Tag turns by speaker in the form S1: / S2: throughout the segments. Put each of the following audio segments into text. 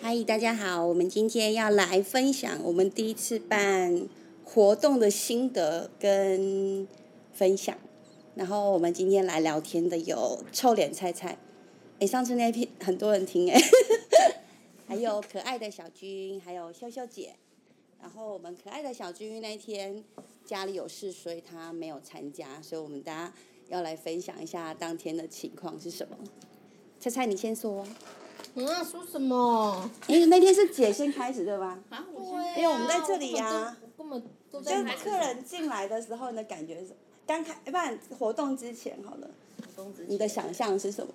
S1: 嗨，大家好，我们今天要来分享我们第一次办活动的心得跟分享。然后我们今天来聊天的有臭脸菜菜，哎，上次那篇很多人听哎， 还有可爱的小军，还有秀秀姐。然后我们可爱的小军那一天家里有事，所以他没有参加，所以我们大家要来分享一下当天的情况是什么。菜菜，你先说。
S2: 嗯，说什么？
S1: 哎、那天是姐先开始对吧？
S3: 啊，我先
S1: 因为我们在这里啊呀、
S2: 我根本都我根本都
S1: 就
S2: 在
S1: 是
S2: 忙
S1: 客人进来的时候，你的感觉是刚开，不然活动之前好了，你的想象是什么？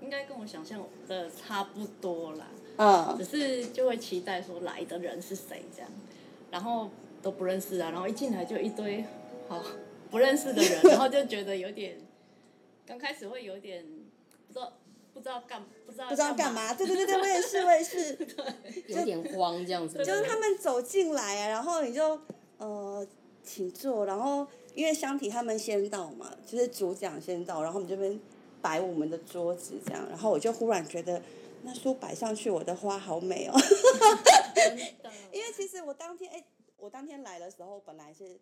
S3: 应该跟我想象的差不多啦，
S1: 嗯
S3: 只是就会期待说来的人是谁这样，然后都不认识啊，然后一进来就一堆好不认识的人，然后就觉得有点，刚开始会有点不知道不知道干不知道
S1: 不知道干嘛，对对对对，我也是，我也是，
S2: 有点慌这样子。
S1: 就是他们走进来啊，然后你就呃，请坐，然后因为香缇他们先到嘛，就是主讲先到，然后我们这边摆我们的桌子这样，然后我就忽然觉得那书摆上去，我的花好美哦。
S3: 真的，
S1: 因为其实我当天，哎、我当天来的时候，本来是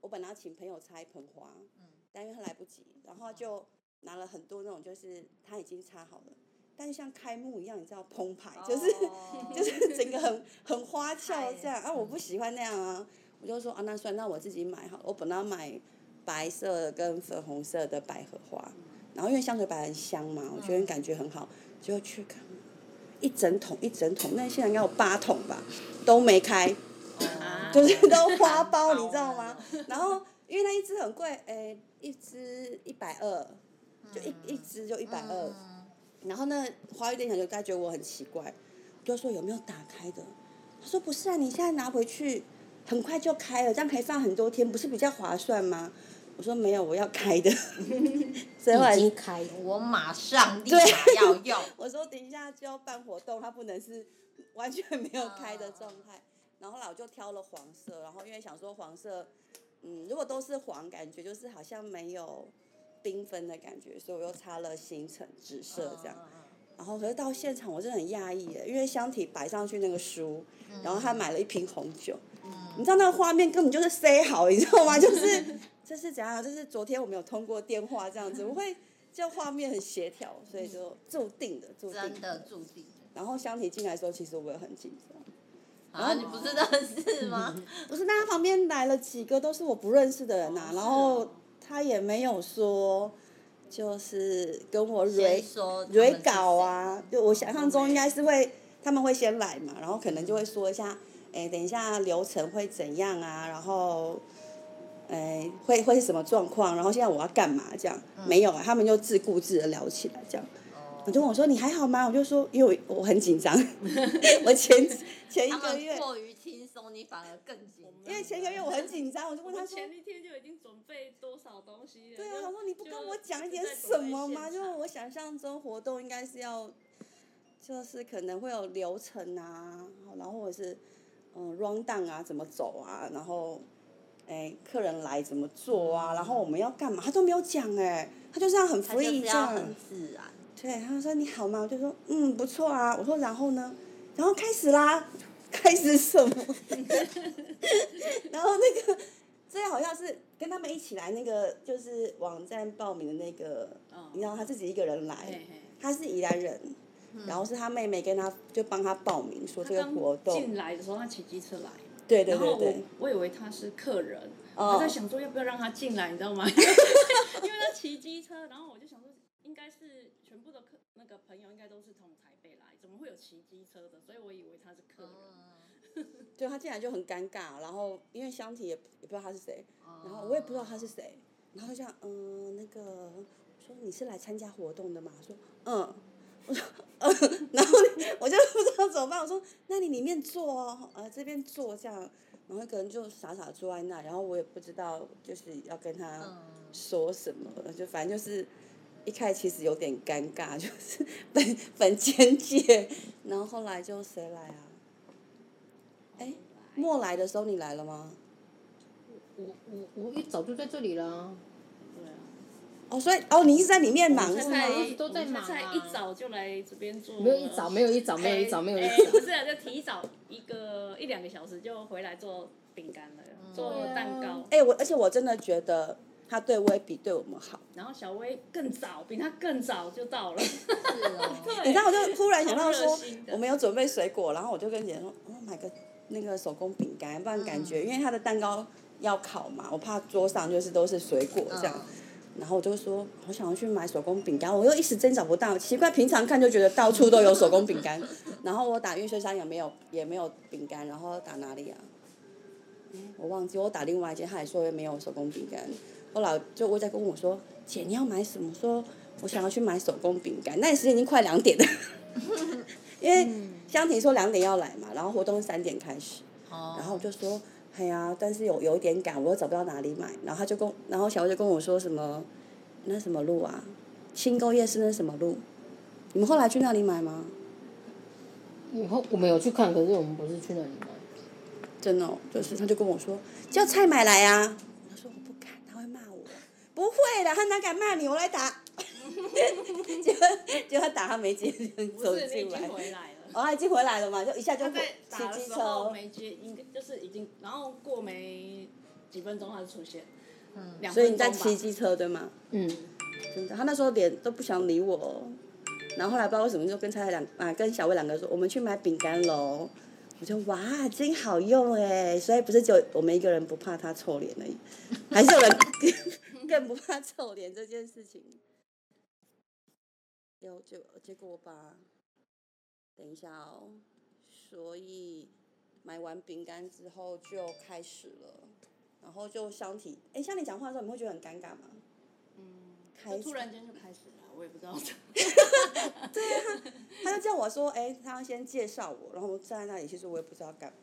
S1: 我本来要请朋友插一盆花，但因为他来不及，然后就拿了很多那种，就是他已经插好了，但是像开幕一样，你知道澎湃，就是、 就是整个很很花俏这样啊，我不喜欢那样啊，我就说啊，那算那我自己买好了，我本来要买白色跟粉红色的百合花，然后因为香水百合很香嘛，我觉得感觉很好，就去看。一整桶一整桶，那现在应该有八桶吧，都没开，
S3: 啊
S1: 就是都花苞，你知道 吗？然后因为那一只很贵，诶，一只一百二，
S2: 嗯
S1: 就一、一只就一百二。然后呢，花玉店长就该觉得我很奇怪，我就说有没有打开的？他说不是啊，你现在拿回去很快就开了，这样可以放很多天，不是比较划算吗？我说没有，我要开 的。所以后来
S2: 已经开，我马上立马要用。
S1: 我说等一下就要办活动，它不能是完全没有开的
S2: 嗯
S1: 状态。然后后来我就挑了黄色，然后因为想说黄色，嗯，如果都是黄，感觉就是好像没有缤纷的感觉，所以我又插了星辰紫色这样。
S2: 嗯
S1: 然后可是到现场我真的很讶异耶，因为香体摆上去那个书，
S2: 嗯
S1: 然后他买了一瓶红酒，
S4: 嗯
S1: 你知道那个画面根本就是塞好，你知道 吗？就是这是怎样？就是昨天我们有通过电话这样子，我会这画面很协调，所以就注定的注定
S4: 真。的注定。
S1: 然后香体进来的时候，其实我也很紧张。
S4: 啊，
S1: 嗯
S4: 你不是认识吗？
S1: 不是，那他旁边来了几个都是我不认识的
S4: 哦
S1: 人呐、啊
S4: 啊
S1: 然后他也没有说，就是跟我 蕊
S4: 先说他们是
S1: 蕊稿啊，就我想象中应该是会他们会先来嘛，然后可能就会说一下，哎，等一下流程会怎样啊，然后。哎，会会是什么状况？然后现在我要干嘛？这样、
S4: 嗯
S1: 没有啊，他们就自顾自的聊起来，这样。我
S4: 哦
S1: 就问我说：“你还好吗？”我就说：“因为我我很紧张， 我前前一
S4: 他
S1: 个
S4: 们
S1: 月，
S4: 过于轻松，你反而更紧张。
S1: 因为前一个月我很紧张，我就
S3: 我
S1: 问他
S3: 们
S1: 说：“
S3: 前一天就已经准备多少东西了？
S1: 对啊，
S3: 就
S1: 他说你不跟我讲一点
S3: 就在
S1: 什
S3: 准备
S1: 么吗？
S3: 现
S1: 就是
S3: 场
S1: 我想象中活动应该是要，就是可能会有流程啊，然后或者是嗯 round down 啊，怎么走啊，然后哎客人来怎么做啊，然后我们要干嘛，他都没有讲哎、他就这样很
S4: 他就是
S1: free 这
S4: 要
S1: 样，
S4: 很自然。
S1: 对，他说你好吗？我就说嗯不错啊，我说然后呢，然后开始啦， 开始什么？ 然后那个这好像是跟他们一起来那个就是网站报名的那个，
S3: 嗯
S1: 你知道他自己一个人来，
S3: 嘿嘿
S1: 他是宜兰人，然后是他妹妹跟他就帮他报名说这个活
S3: 他刚
S1: 动，
S3: 进来的时候他骑机车来，
S1: 对对
S3: 然
S1: 对
S3: 后我
S1: 对，
S3: 我以为他是客人，
S1: 哦
S3: 我在想说要不要让他进来，你知道吗？因 为他骑机车，然后我就想说应该是全部的客那个朋友应该都是从台北来，怎么会有骑机车的？所以我以为他是客人。
S1: 对他进来就很尴尬，然后因为香缇也也不知道他是谁，然后我也不知道他是谁，然后就这样，嗯，那个说你是来参加活动的嘛？说嗯，我说嗯，然后我就不知道怎么办，我说那你里面坐哦，呃这边坐这样，然后一个人就傻傻坐在那，然后我也不知道就是要跟
S2: 嗯
S4: 嗯
S1: 他说什么，就反正就是。一开始其实有点尴尬，就是本本简介，然后后来就谁来啊？哎、
S2: 哦
S1: 莫来的时候你来了吗？
S2: 我我我一早就在这里了。
S3: 对啊，
S1: 哦，所以哦，你一直在里面忙
S3: 我
S1: 是
S3: 们
S1: 吗
S3: 才？
S2: 一直都在忙啊
S3: 我们才一早就来这边做，
S2: 没有一早，没有一早，没有一早，没有一
S3: 哎
S2: 早
S3: 不。是啊，就提早一个一两个小时就回来做饼干了，
S2: 哦
S3: 做蛋糕。
S1: 哎、我而且我真的觉得他对威比对我们好。
S2: 啊
S3: 然后小薇更早，比她更早就到了。
S4: 是哦，
S1: 你知道，我就忽然想到
S3: 好热
S1: 说
S3: 心，的
S1: 我们有准备水果，然后我就跟姐说，，Oh 我、买个那个手工饼干，不然感觉、因为他的蛋糕要烤嘛，我怕桌上就是都是水果这样。然后我就说，我想要去买手工饼干，我又一时真找不到。奇怪，平常看就觉得到处都有手工饼干，然后我打玉碎山也没有，也没有饼干，然后打哪里啊？嗯我忘记，我打另外一间，他也说没有手工饼干。后来就我在跟我说，姐你要买什么？我说我想要去买手工饼干，那时间已经快两点了，因为香婷说两点要来嘛，然后活动是三点开始，
S4: 哦
S1: 然后我就说，哎呀，但是有有一点赶，我又找不到哪里买，然后他就跟我，然后小薇就跟我说什么，那什么路啊，新沟夜市那什么路，你们后来去那里买吗？
S2: 以后我们有去看，可是我们不是去那里买。
S1: 真的哦、就是他就跟我说叫菜买来啊，我说我不敢，他会骂我。不会的，他哪敢骂你？我来打。 结果结果他打他没接，就走
S3: 不是，你已
S1: 进来
S3: 经。回来了。
S1: 哦，他已经回来了嘛，就一下就
S3: 他
S1: 骑
S3: 在打的
S1: 机
S3: 时候
S1: 车。哦
S3: 没接，应该就是已经，然后过没几分钟他就出现，嗯，两
S1: 所以你
S3: 分
S1: 在
S3: 钟吧
S1: 骑。机车对吗？
S2: 嗯，
S1: 真的，他那时候脸都不想理我、然后后来不知道为什么就跟蔡蔡两啊跟小薇两个说，我们去买饼干喽。我就哇，真好用哎！所以不是只有我们一个人不怕他臭脸而已，还是有人 更更不怕臭脸这件事情。有结结果吧？等一下哦，所以买完饼干之后就开始了，然后就相体，哎，像你讲话的时候，你会觉得很尴尬吗？
S3: 嗯就突然间就开始了，我也不知道。
S1: 他就叫我说，哎、他要先介绍我，然后我站在那里，其实我也不知道干嘛。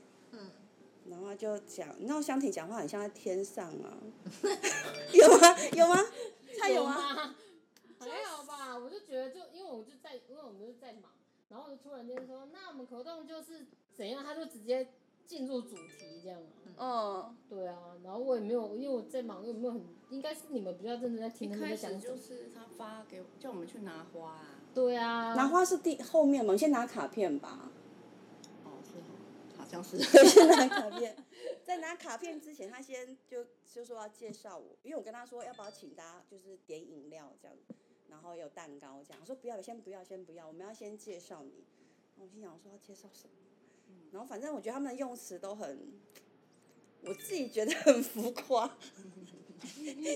S1: 然后他就讲，你知道香婷讲话很像在天上啊， 有吗？有吗？他有啊吗？
S2: 吗？还好吧，我就觉得就因为我就在，因为我们就在忙，然后我就突然间说，那我们活动就是怎样，他就直接进入主题这样啊。
S1: 嗯，
S2: 对啊，然后我也没有，因为我在忙，又没有很，应该是你们比较认真在
S3: 一
S2: 听他们
S3: 开
S2: 在讲
S3: 始
S2: 什么
S3: 就。是他发给我叫我们去拿花啊，
S2: 对啊，
S1: 拿花是第后面嘛，我们先拿卡片吧。
S3: 哦，是哦，好 像是。
S1: 对，先拿卡片。在拿卡片之前，他先就就说要介绍我，因为我跟他说要不要请大家就是点饮料这样，然后有蛋糕这样，我说不要，先不要，先不要，我们要先介绍你。然后我心想说要介绍什么，然后反正我觉得他们的用词都很，我自己觉得很浮夸。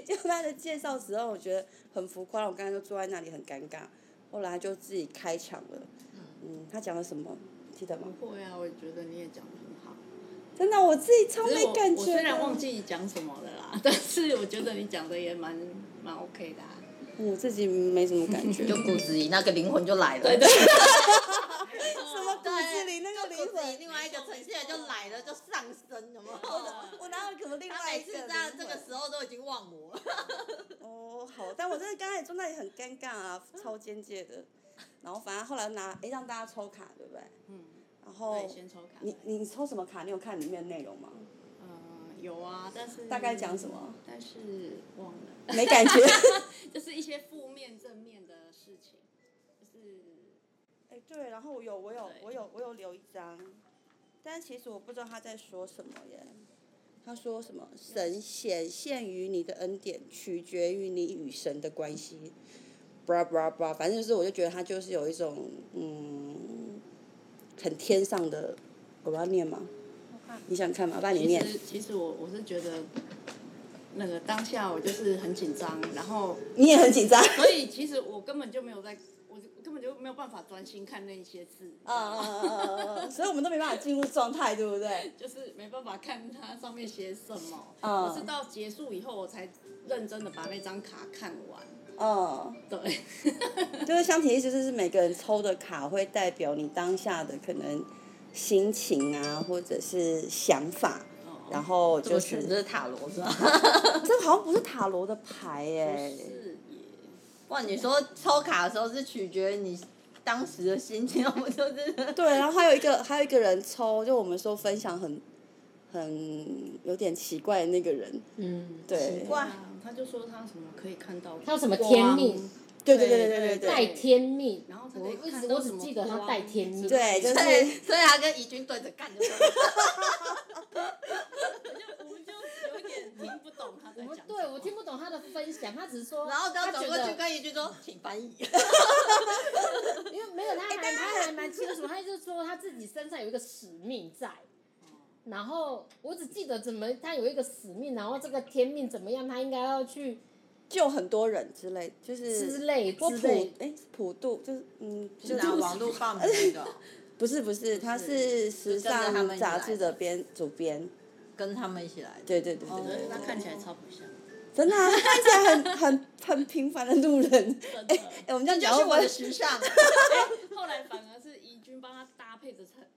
S1: 就他的介绍时候，我觉得很浮夸，我刚才就坐在那里很尴尬。后来他就自己开场了，嗯，他讲了什么？记得吗？
S3: 不会啊，我觉得你也讲的很好。
S1: 真的，我自己超
S3: 可
S1: 没
S3: 是我
S1: 感
S3: 我
S1: 觉的。
S3: 虽然忘记讲什么了啦，但是我觉得你讲的也蛮蛮 OK 的、啊。
S1: 我自己没什么感 觉。
S4: 就骨子里那个灵魂就来了，
S3: 对对，
S1: 什
S3: 啊
S1: 么骨子里那个
S4: 就
S1: 灵
S4: 骨子里
S1: 魂？
S4: 另外一个呈现就来了，就上升，有没有？
S1: 我哪有可能另
S4: 他
S1: 外
S4: 每
S1: 一
S4: 次
S1: 个
S4: 这
S1: 灵
S4: 样
S1: 魂
S4: 这个时候都已经忘我了。
S1: 哦，好，但我真的刚才也坐那里很尴尬啊，超边界 的。然后反正后来拿，哎、让大家抽卡，对不对？
S3: 嗯，
S1: 然后
S3: 对，先抽卡。
S1: 哦你你抽什么卡？你有看里面内容吗？
S3: 嗯，有啊，但是
S1: 大概讲什么？
S3: 但是忘了，
S1: 没感觉。
S3: 就是一些负面、正面的事情，就是
S1: 哎、对，然后我有我有
S3: 对
S1: 我有我有留一张，但其实我不知道他在说什么耶。他说什么？神显现于你的恩典，取决于你与神的关系。bra bra bra，反正就是我就觉得他就是有一种嗯，很天上的。我要念吗？你想看吗？不然你
S3: 其
S1: 念。
S3: 实其实我我是觉得，那个当下我就是很紧张，然后
S1: 你也很紧张。
S3: 所以其实我根本就没有在，我就根本就没有办法专心看那一些字，
S1: 啊啊
S3: 嗯
S1: 啊啊啊啊！所以我们都没办法进入状态，对不 对？
S3: 就是没办法看它上面写什么。
S1: 嗯
S3: 我是到结束以后，我才认真的把那张卡看完。
S1: 嗯。
S3: 对，
S1: 就是相提意思就是每个人抽的卡会代表你当下的可能心情啊，或者是想法，然后就
S4: 我
S1: 是
S4: 选的是塔罗是吧？
S1: 这好像不是塔罗的牌耶、
S3: 是也
S4: 哇，你说抽卡的时候是取决于你当时的心情，我就是
S1: 对，然后还有一个还有一个人抽，就我们说分享很很有点奇怪的那个人，
S2: 嗯，
S1: 对
S3: 哇，他就说他什么可以看到，
S2: 他有什么天命
S3: 光，
S1: 对对对对对对
S2: 带天命。
S3: 然后他
S2: 我
S3: 可以
S2: 一
S3: 看
S2: 直
S3: 到
S2: 我
S3: 什
S2: 只
S3: 么啊
S2: 记得他带天命。
S1: 对，就
S4: 所以
S1: 是
S4: 所以他跟怡君对着干就对了。
S3: 我就我们就有点听不懂他在
S2: 我
S3: 讲什么。
S2: 对我听不懂他的分享，他只是说，
S4: 然后
S2: 他
S4: 刚走
S2: 觉
S4: 过去
S2: 得，
S4: 跟怡君说，请翻译。
S2: 因为没有他还他还蛮清楚，他就说他自己身上有一个使命在。
S3: 哦
S2: 然后我只记得怎么他有一个使命，然后这个天命怎么样，他应该要去
S1: 救很多人之类，就是
S2: 之类
S1: 或
S2: 之
S1: 普
S2: 类。
S1: 哎普渡，就是嗯，
S4: 是
S1: 普
S4: 拿
S1: 渡
S4: 网络放的那个，
S1: 不是不是，他是时
S4: 就跟着他
S1: 尚
S4: 们一起来
S1: 杂志的编主编，
S4: 跟他们一起来的。
S1: 对对对对
S4: 哦
S1: 对
S3: 所
S1: 对
S3: 以他看起来超不像，
S1: 真的、啊，他看起来很很很平凡的路人。
S3: 真
S1: 哎、
S3: 的。
S1: 哎我们这样
S4: 就
S1: 讲会
S4: 是
S1: 不
S4: 我的
S1: 会
S4: 时尚，
S3: 后来反而是怡君帮他搭配着才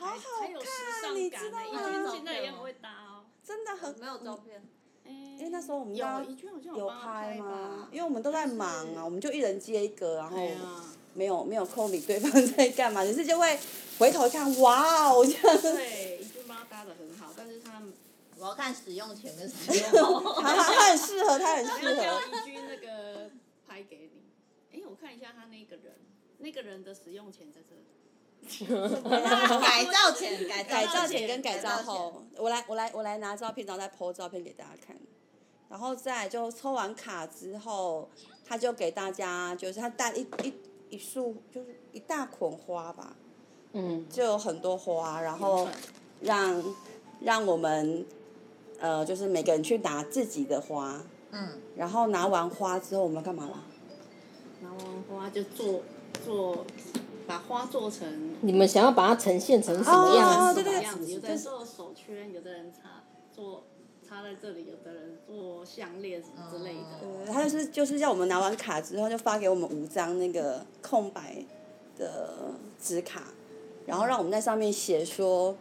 S1: 好好
S3: 才才有时
S1: 看
S3: 尚
S1: 你
S3: 感
S1: 知
S3: 呢。
S1: 道
S3: 怡
S1: 吗
S3: 君现在也很会搭哦。
S1: 真的很
S4: 没有照片。
S3: 因
S1: 因哎为那时候我们
S3: 有
S1: 刚
S3: 怡君好像
S1: 有
S3: 帮他
S1: 拍
S3: 吧
S1: 吗？因为我们都在忙啊，我们就一人接一个，然后
S3: 对啊，
S1: 没有没有空理对方 在干嘛，只是就会回头一看，哇哦，这样
S3: 对，怡君帮他搭的很好，但是他
S4: 我要看使用前跟使 用后。
S1: 他他他很适合，他很
S3: 我
S1: 适
S3: 要
S1: 合
S3: 叫。一句那个拍给你。哎、我看一下他那个人，那个人的使用钱在这里。
S4: 改造前，改
S1: 改
S4: 造
S1: 造
S4: 前
S1: 前跟改造
S4: 改造
S1: 后，我来我来我来拿照片，然后再 PO 照片给大家看。然后再来就抽完卡之后，他就给大家就是他带一一一束就是一大捆花吧，
S2: 嗯，
S1: 就有很多花，然
S3: 有
S1: 后
S3: 串
S1: 让让我们呃就是每个人去拿自己的花，
S4: 嗯，
S1: 然后拿完花之后我们干嘛啦？
S3: 然后花就做做，把花做成
S2: 你们想要把它呈现成什么样
S1: 哦
S2: 子？
S1: 对对对
S3: 样子，有的
S1: 就
S3: 人
S1: 是
S3: 做手圈，有的人插做插在这里，有的人做项链什么之类的。
S1: 呃他就是就是要我们拿完卡之后，就发给我们五张那个空白的纸卡，然后让我们在上面写说，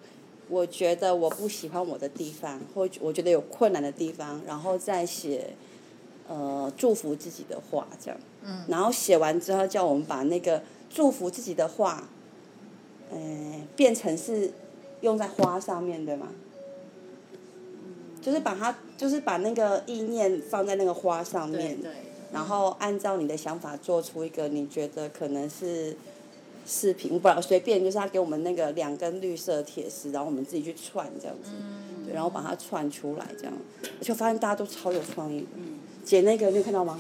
S1: 我觉得我不喜欢我的地方，或我觉得有困难的地方，然后再写呃祝福自己的话这样。
S4: 嗯。
S1: 然后写完之后，叫我们把那个祝福自己的话，呃，变成是用在花上面，对吗？
S3: 嗯
S1: 就是把它，就是把那个意念放在那个花上
S3: 对
S1: 面，
S3: 对，
S1: 然后按照你的想法做出一个你觉得可能是视频，我本来随便就是他给我们那个两根绿色铁丝，然后我们自己去串这样子，对，然后把它串出来这样，而且我发现大家都超有创意的。
S3: 嗯
S1: 姐那个你有看到吗？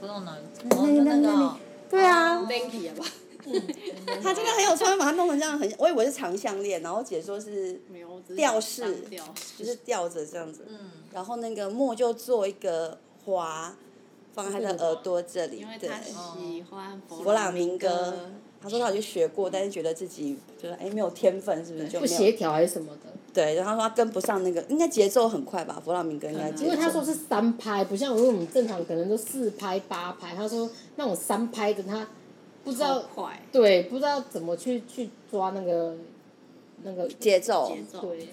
S4: 不懂哪里。哦
S1: 那那那对啊，
S3: ，Linky 好吧，啊
S1: 他真的很有创意，把它弄成这样很，我以为是长项链，然后姐说是
S3: 没有，我只是
S1: 吊饰
S3: 当吊，饰
S1: 就是吊着这样子，
S4: 嗯，
S1: 然后那个墨就做一个花，放在他的耳朵这里
S3: 因为，
S1: 对。
S3: 他喜欢
S1: 勃
S3: 勃
S1: 朗
S3: 明
S1: 明歌，他说他有去学过，但是觉得自己就是哎没有天分，是不是就
S2: 不
S1: 没
S2: 协
S1: 有？
S2: 调还是什么的？
S1: 对，然后他说他跟不上那个，应该节奏很快吧？勃朗明歌应该节
S2: 啊因为他说
S1: 奏。
S2: 是三拍，不像如果我们正常可能都四拍八拍，他说那种三拍的他不知
S3: 超
S2: 道，
S3: 快
S2: 对，不知道怎么去去抓那个那 个
S1: 节奏
S3: 节，奏，
S2: 对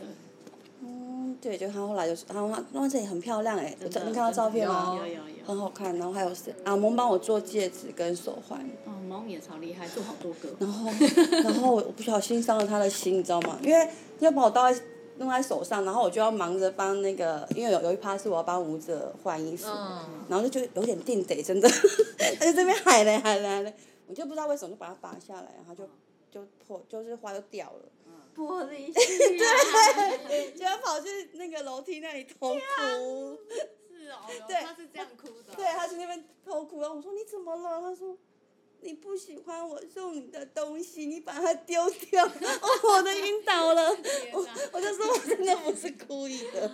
S1: 嗯，对，就他后来就是，他他那这里很漂亮哎，我
S3: 真
S1: 照
S3: 的
S1: 你看到照片吗嗯
S3: 有？有有
S1: 很好看，然后还有谁？阿蒙帮我做戒指跟手环，
S3: 哦，萌也超厉害，做好多个。
S1: 然后， 然后我不小心伤了他的心，你知道吗？因为要把我刀在弄在手上，然后我就要忙着帮那个，因为有有一趴是我要帮舞者换衣服，
S4: 嗯
S1: 然后就觉得有点定得，真的， 他就这边喊嘞喊嘞喊嘞，我就不知道为什么就把它拔下来，然后就就破，就是花就掉了，
S4: 玻璃
S3: 啊
S4: 心。
S1: 就要跑去那个楼梯那里偷哭，
S3: 是哦，
S1: 对
S3: 他是这样哭的。
S1: 对，他去那边偷哭，然后我说你怎么了？他说。你不喜欢我送你的东西，你把它丢掉， 哦，我都晕倒了。
S3: 天哪
S1: 我就说我真的不是故意的。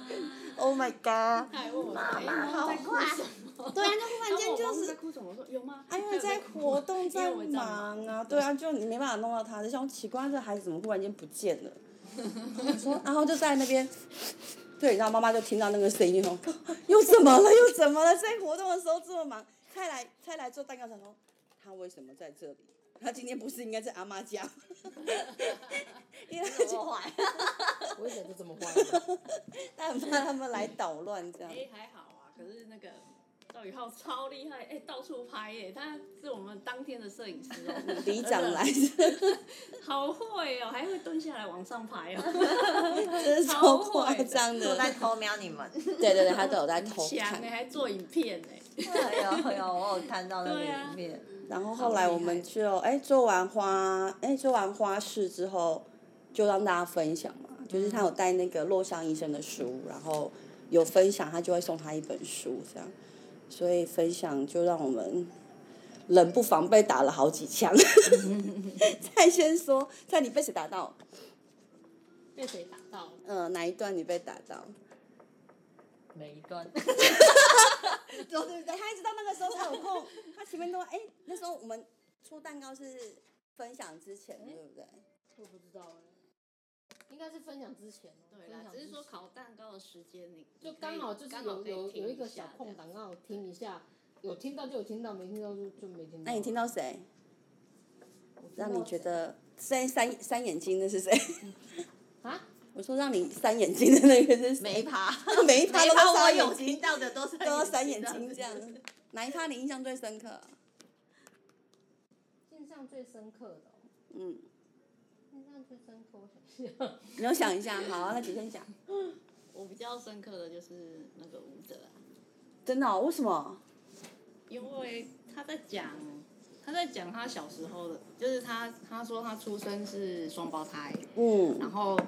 S1: Oh my god！
S3: 他还问我说：“哎，萌在哭什么？”
S1: 对啊，就忽然
S3: 然后
S1: 间
S3: 我
S1: 就
S3: 萌在
S1: 是，
S3: 哭什么？我说有吗？
S1: 啊，
S2: 哎
S1: 因
S3: 还
S1: 为
S3: 有
S1: 在
S3: 哭
S1: 活动在
S3: 因为我在忙
S1: 忙啊，对啊，就你没办法弄到他，就想奇怪，这孩子怎么忽然间不见了？我说，然后就在那边，对，然后妈妈就听到那个声音哦， 又怎么了？又怎么了？在活动的时候这么忙，蔡来蔡来做蛋糕，想说他为什么在这里？他今天不是应该在阿妈家吗？ 因为他就
S4: 坏。
S2: 我以前 就这么坏。
S1: 他很怕他们来捣乱这样。
S3: 哎，还好啊，可是那个赵宇浩超厉害，哎、到处拍耶、他是我们当天的摄影师哦，
S1: 里长来 的，
S3: 好会哦、还会蹲下来往上拍哦、
S1: 真是超夸张
S4: 都
S1: 的。
S4: 在偷瞄你 们。
S1: 对对对，他都有在偷
S3: 强
S1: 看
S3: 哎、。还做影片哎、
S4: 哎呦哎呦，我有看到那个
S3: 啊
S4: 影片。
S1: 然后后来我们就哎做完花哎做完花市之后，就让大家分享嘛，就是他有带那个洛香医生的书，然后有分享，他就会送他一本书这样，所以分享就让我们冷不防被打了好几 枪。蔡先说，蔡你被谁打到？
S2: 被谁打到了？
S1: 呃，哪一段你被打到？
S4: 每一 段。
S1: 对，他一直到那个时候才有空，他前面都哎、那时候我们出蛋糕是分享之前，对不对？
S2: 我不知道哎、应该是分享之前哦、
S3: 对
S2: 分
S3: 啦
S2: 享，
S3: 只是
S2: 之
S3: 说
S2: 前
S3: 烤蛋糕的时间你你
S2: 就
S3: 可以
S2: 刚好就是
S3: 刚
S2: 有
S3: 可以
S2: 有
S3: 听
S2: 有一个
S3: 下
S2: 小
S3: 这
S2: 空
S3: 样
S2: 档，刚好听一下，有听到就有听到，没听到就就没听到。
S1: 那你听到谁？
S2: 我听到
S1: 让你觉
S2: 谁
S1: 得三三三眼睛的是谁？
S2: 啊？
S1: 我说让你三眼睛的那个是谁？
S4: 每一趴，
S1: 每一趴
S4: 每一
S1: 都
S4: 趴
S1: 要
S4: 我
S1: 三
S4: 有
S1: 眼睛，
S4: 听到的都是
S1: 都要三眼
S4: 睛
S1: 睛这样。哪一趴你印象最深刻？啊
S2: 印象最深刻的、哦，
S1: 嗯，
S2: 印象最深刻，我想一下，
S1: 你要想一下，好、啊，那姐先讲。
S3: 我比较深刻的就是那个舞者啊、
S1: 真的、哦？为什么？
S3: 因为他在讲，他在讲他小时候的，就是他他说他出生是双胞胎，然
S1: 嗯，
S3: 后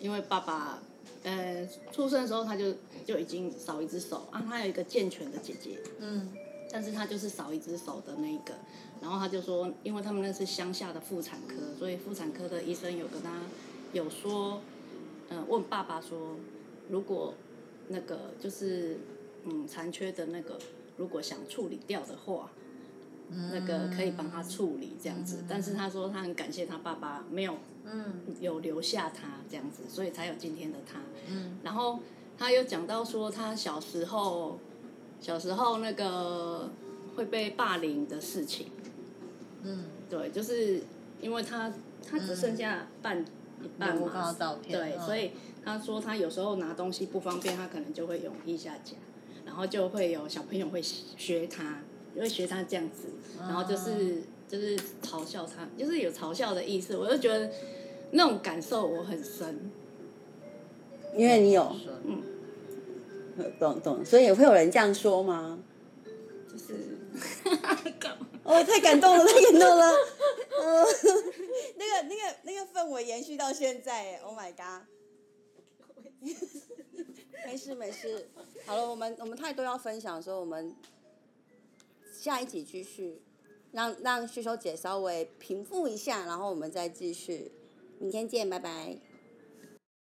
S3: 因为爸爸，呃，出生的时候他就就已经少一只手啊，他有一个健全的姐姐，
S4: 嗯，
S3: 但是他就是少一只手的那一个，然后他就说，因为他们那是乡下的妇产科，所以妇产科的医生有跟他有说，嗯、问爸爸说，如果那个就是嗯残缺的那个，如果想处理掉的话。那个可以帮他处理这样子，但是他说他很感谢他爸爸没有
S4: 嗯
S3: 有留下他这样子，所以才有今天的他。
S4: 嗯
S3: 然后他又讲到说，他小时候小时候那个会被霸凌的事情，
S4: 嗯，
S3: 对，就是因为他他只剩下半、一半
S4: 有我
S3: 嘛，
S4: 看到照片
S3: 对，
S4: 嗯
S3: 所以他说他有时候拿东西不方便，他可能就会用腋下夹，然后就会有小朋友会学他，会学他这样子，
S4: 嗯
S3: 然后就是、就是嘲笑他，就是有嘲笑的意思，我就觉得那种感受我很深，
S1: 因为你有呃
S4: 是
S1: 懂懂，所以也会有人这样说吗？
S3: 就是 干嘛
S1: 哦，太感动了，太感动了。 嗯，那个那个那个氛围延续到现在哎，Oh my god！没事没事，好了，我们我们太多要分享，所以我们下一集继续，让让旭修姐稍微平复一下，然后我们再继续，明天见，拜拜。